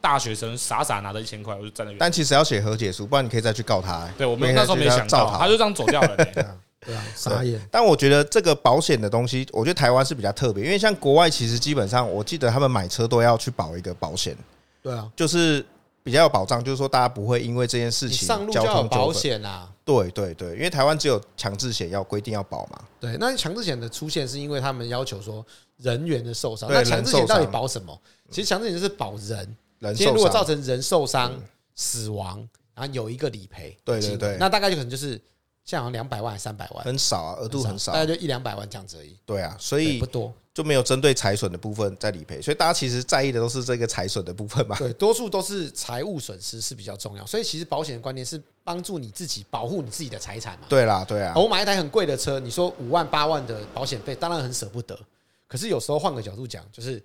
大学生傻傻拿着一千块，我就站在原地。但其实要写和解书，不然你可以再去告他、欸。对我你可们以那时候再没去想告啊他到，他就这样走掉了、呢。对啊，傻眼。但我觉得这个保险的东西，我觉得台湾是比较特别，因为像国外其实基本上，我记得他们买车都要去保一个保险，对啊，就是比较有保障，就是说大家不会因为这件事你情上路就交要有通保纠纷。险啊。对对对，因为台湾只有强制险要规定要保嘛，对，那强制险的出现是因为他们要求说人员的受伤。对那强制险人受到伤底保什么？其实强制险就是保人，人今天受如果造伤。嗯成人受伤、死亡，然后有一个理赔。对对金额对那大概就可能就是像好像两百万、三百万，很少啊，额度很少大，概就一两百万这样子而已，对啊，所对以不 多。就没有针对财损的部分在理赔，所以大家其实在意的都是这个财损的部分嘛。对，多数都是财务损失是比较重要，所以其实保险的观念是帮助你自己保护你自己的财产嘛。对啦，对啊啊，我买一台很贵的车，你说五万八万的保险费，当然很舍不得。可是有时候换个角度讲，就是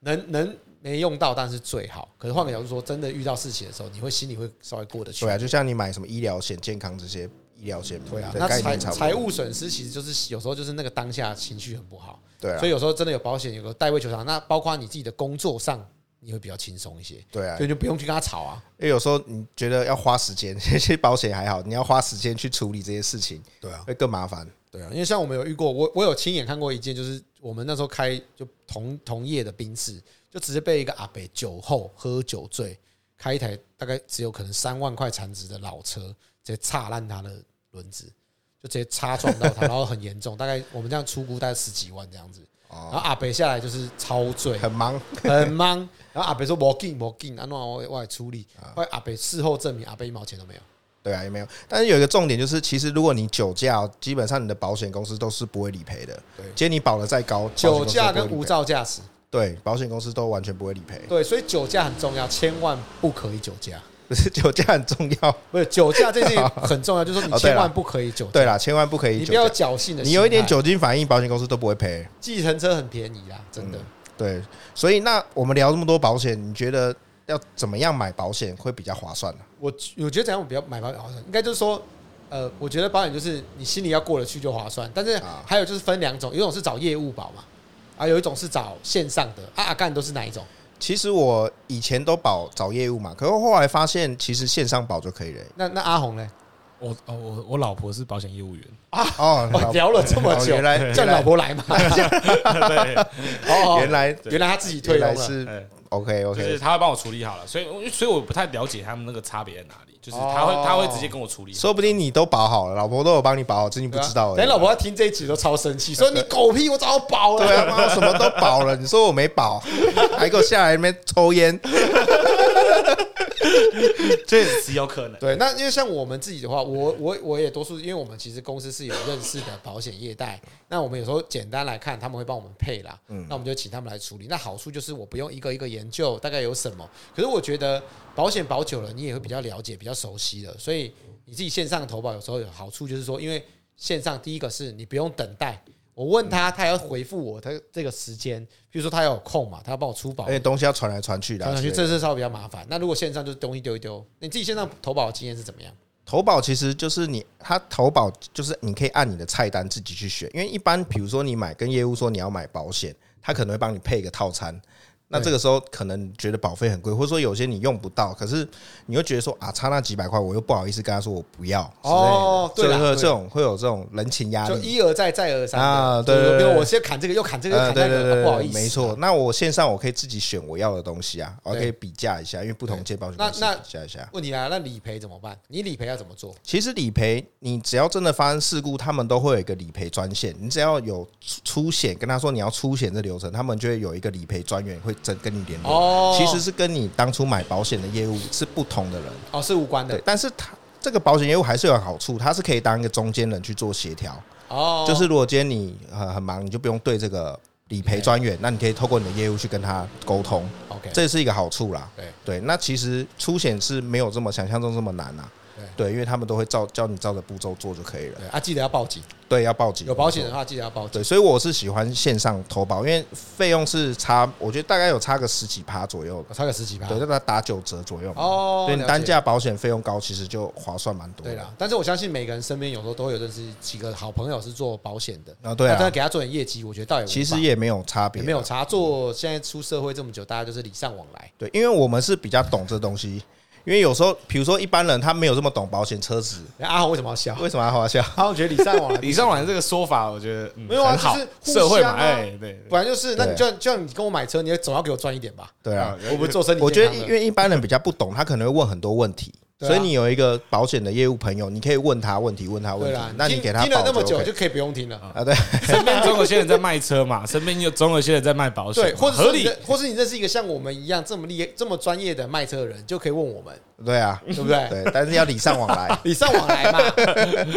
能能没用到，当然是最好。可是换个角度说，真的遇到事情的时候，你会心里会稍微过得去对。啊，就像你买什么医疗险、健康这些医疗险，对啊，的那概财念差不多财务损失其实就是有时候就是那个当下情绪很不好，对啊所，以有时候真的有保险有个代位求偿，那包括你自己的工作上，你会比较轻松一些，对啊所，以就不用去跟他吵啊。因为有时候你觉得要花时间， 其实保险还好，你要花时间去处理这些事情，对啊，会更麻烦。对啊，因为像我们有遇过，我我有亲眼看过一件，就是我们那时候开就同同业的宾士，就直接被一个阿伯酒后喝酒醉，开一台大概只有可能三万块残值的老车，直接擦烂他的轮子，就直接擦撞到他， 然后很严重，大概我们这样出估大概十几万这样子。然后阿北下来就是超 醉，很忙，很忙。然后阿北说：“我进我进，啊，那我我来处理。”后来阿北事后证明，阿北一毛钱都没有。对啊，也没有。但是有一个重点就是，其实如果你酒驾，基本上你的保险公司都是不会理赔的。对今天你保的再高，酒保险公司驾都跟不会理无赔照驾驶，对保险公司都完全不会理赔。对，所以酒驾很重要，千万不可以酒驾。 可是酒驾很重要，不是酒驾这件事情很重要，就是说你 哦对千啦万不可以酒驾，对啦，千万不可以你不酒要驾。侥幸的。你有一点，酒精反应，保险公司都不会赔。嗯计程车很便宜啦，真的。对，所以那我们聊这么多保险，你觉得要怎么样买保险会比较划算呢、我我觉得怎样我比较买保险划算，应该就是说，呃，我觉得保险就是你心里要过得去就划算。但是啊还有就是分两种，有一种是找业务保嘛，啊，有一种是找线上的。啊，阿干都是哪一种？其实我以前都保找业务嘛，可是后来发现其实线上保就可 以了、欸那那阿红呢？我哦我我老婆是保险业务员， 哦，哦，聊了这么哦久原，来叫原你来老婆来 嘛？ 对，哦，原来原来他自己退原佣了。来是哎 OK 就是 OK，他会帮我处理好了，所以我所以我不太了解他们那个差别在哪里，就是他会哦他会直接跟我处理好。说不定你都保好了，老婆都有帮你保好，只是你不对啊知道欸而已。等老婆要听这一集都超生气，说你狗屁，我早保了。对啊，妈，我什么都保了，你说我没保，还给我下来那边抽 烟，这是有可 能。对，那因为像我们自己的话，我我我也多数，因为我们其实公司是有认识的保险业代，那我们有时候简单来看，他们会帮我们配啦，嗯那我们就请他们来处理。那好处就是我不用一个一个研究大概有什么，可是我觉得保险保久了，你也会比较了解、比较熟悉了，所以你自己线上投保有时候有好处就是说，因为线上第一个是你不用等待。我问嗯他，他要回复我，他这个时间，比如说他有空嘛，他要帮我出保而，且东西要传来传去的啊。传上去，之类的这是稍微比较麻烦。那如果线上就是东西丢一丢，你自己线上投保的经验是怎么样？投保其实就是你，它投保就是你可以按你的菜单自己去选，因为一般比如说你买跟业务说你要买保险，他可能会帮你配一个套餐。那这个时候可能觉得保费很贵，或者说有些你用不到，可是你又觉得说啊，差那几百块，我又不好意思跟他说我不要哦之类的对啦这对这种会有这种人情压就力一而再，再而三的啊对就是说对比对如我先砍这个，又砍这个，又呃砍那个，不好意思，啊没错。。那我线上我可以自己选我要的东西啊，我对可以比价一下，因为不同间保险公司那那比价一下。问题来了，那理赔怎么办？你理赔要怎么做？其实理赔，你只要真的发生事故，他们都会有一个理赔专线。你只要有出出险，跟他说你要出险这流程，他们就会有一个理赔专员会真跟你联络。哦嗯其实是跟你当初买保险的业务是不同的人，哦是无关对的。但是他这个保险业务还是有好处，它是可以当一个中间人去做协调。哦，就是如果今天你很很忙，你就不用对这个理赔专员，那你可以透过你的业务去跟他沟通， OK，这是一个好处啦。对对，那其实出险是没有这么想象中这么难啊。对，因为他们都会照叫你照着步骤做就可以了。对啊，记得要报警。对，要报警。有保险的话，记得要报警。对，所以我是喜欢线上投保，因为费用是差，我觉得大概有差个十几趴左右，我差个十几趴。对，大概打九折左右嘛。啊哦，对，你了解单价保险费用高，其实就划算蛮多。对啦，，但是我相信每个人身边有时候都会有认识几个好朋友是做保险的，啊对啊那真的给他做点业绩，我觉得倒也无妨其实也没有差别也，没有差。做现在出社会这么久，大家就是礼尚往来。对，因为我们是比较懂这东西，因为有时候，比如说一般人他没有这么懂保险车子，那哎阿红为什么要笑？为什么要花销？阿红觉得礼尚往来，李尚晚这个说法，我觉得、嗯、没有啊很好就是互相啊社会嘛，哎、对，本来就是，那你就对就像你跟我买车，你也总要给我赚一点吧？ 对啊，我不是做身体我觉健得康的因为一般人比较不懂，他可能会问很多问题，对啊所以你有一个保险的业务朋友，你可以问他问题，问他问对题啦，，那你听给他听了保那么久 OK 就可以不用听了。啊，对， 身边总有些人在卖车嘛，身边有总有些人在卖保险嘛，对，或者合是你理认，或是你认识一个像我们一样这么厉害、这么专业的卖车的人，就可以问我们，对啊，对不对？对，但是要礼尚往 来。礼尚往来嘛，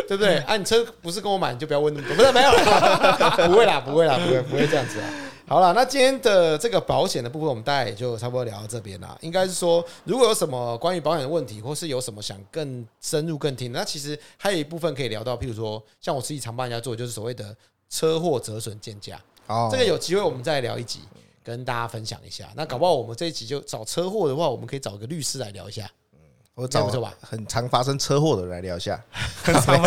对不对？啊，你车不是跟我买，你就不要问那么多，不是没有啦， 不会啦，不会啦，不会，不会这样子啊。好了，那今天的这个保险的部分，我们大概也就差不多聊到这边啦。应该是说，如果有什么关于保险的问题，或是有什么想更深入、更听的，那其实还有一部分可以聊到，譬如说，像我自己常帮人家做，就是所谓的车祸折损鉴价。哦，这个有机会我们再聊一集，跟大家分享一下。那搞不好我们这一集就找车祸的话，我们可以找个律师来聊一 下，我这样找不错吧很常发生车祸的人来聊一下。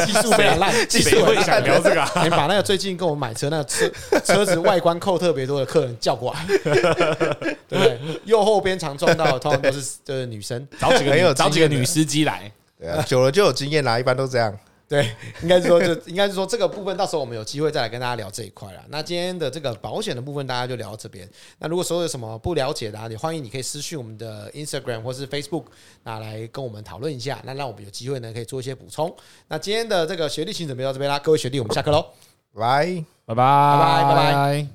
技术非常烂， 技术谁很会烂想聊这个、啊？ 你把那个最近跟我们买车那个车车子外观扣特别多的客人叫过来， 对不对？右后边常撞到，的，通常都是 就是女生，找几个很有经女验找几个的女司机来，对啊，久了就有经验啦，一般都这样。对，应该是说就应该是说这个部分，到时候我们有机会再来跟大家聊这一块啦。那今天的这个保险的部分，大家就聊到这边。那如果说有什么不了解的、啊，也欢迎你可以私讯我们的 Instagram 或是 Facebook，那来跟我们讨论一下。那让我们有机会呢，可以做一些补充。那今天的这个学历群准备到这边啦，各位学历，我们下课喽。来。拜拜拜拜拜。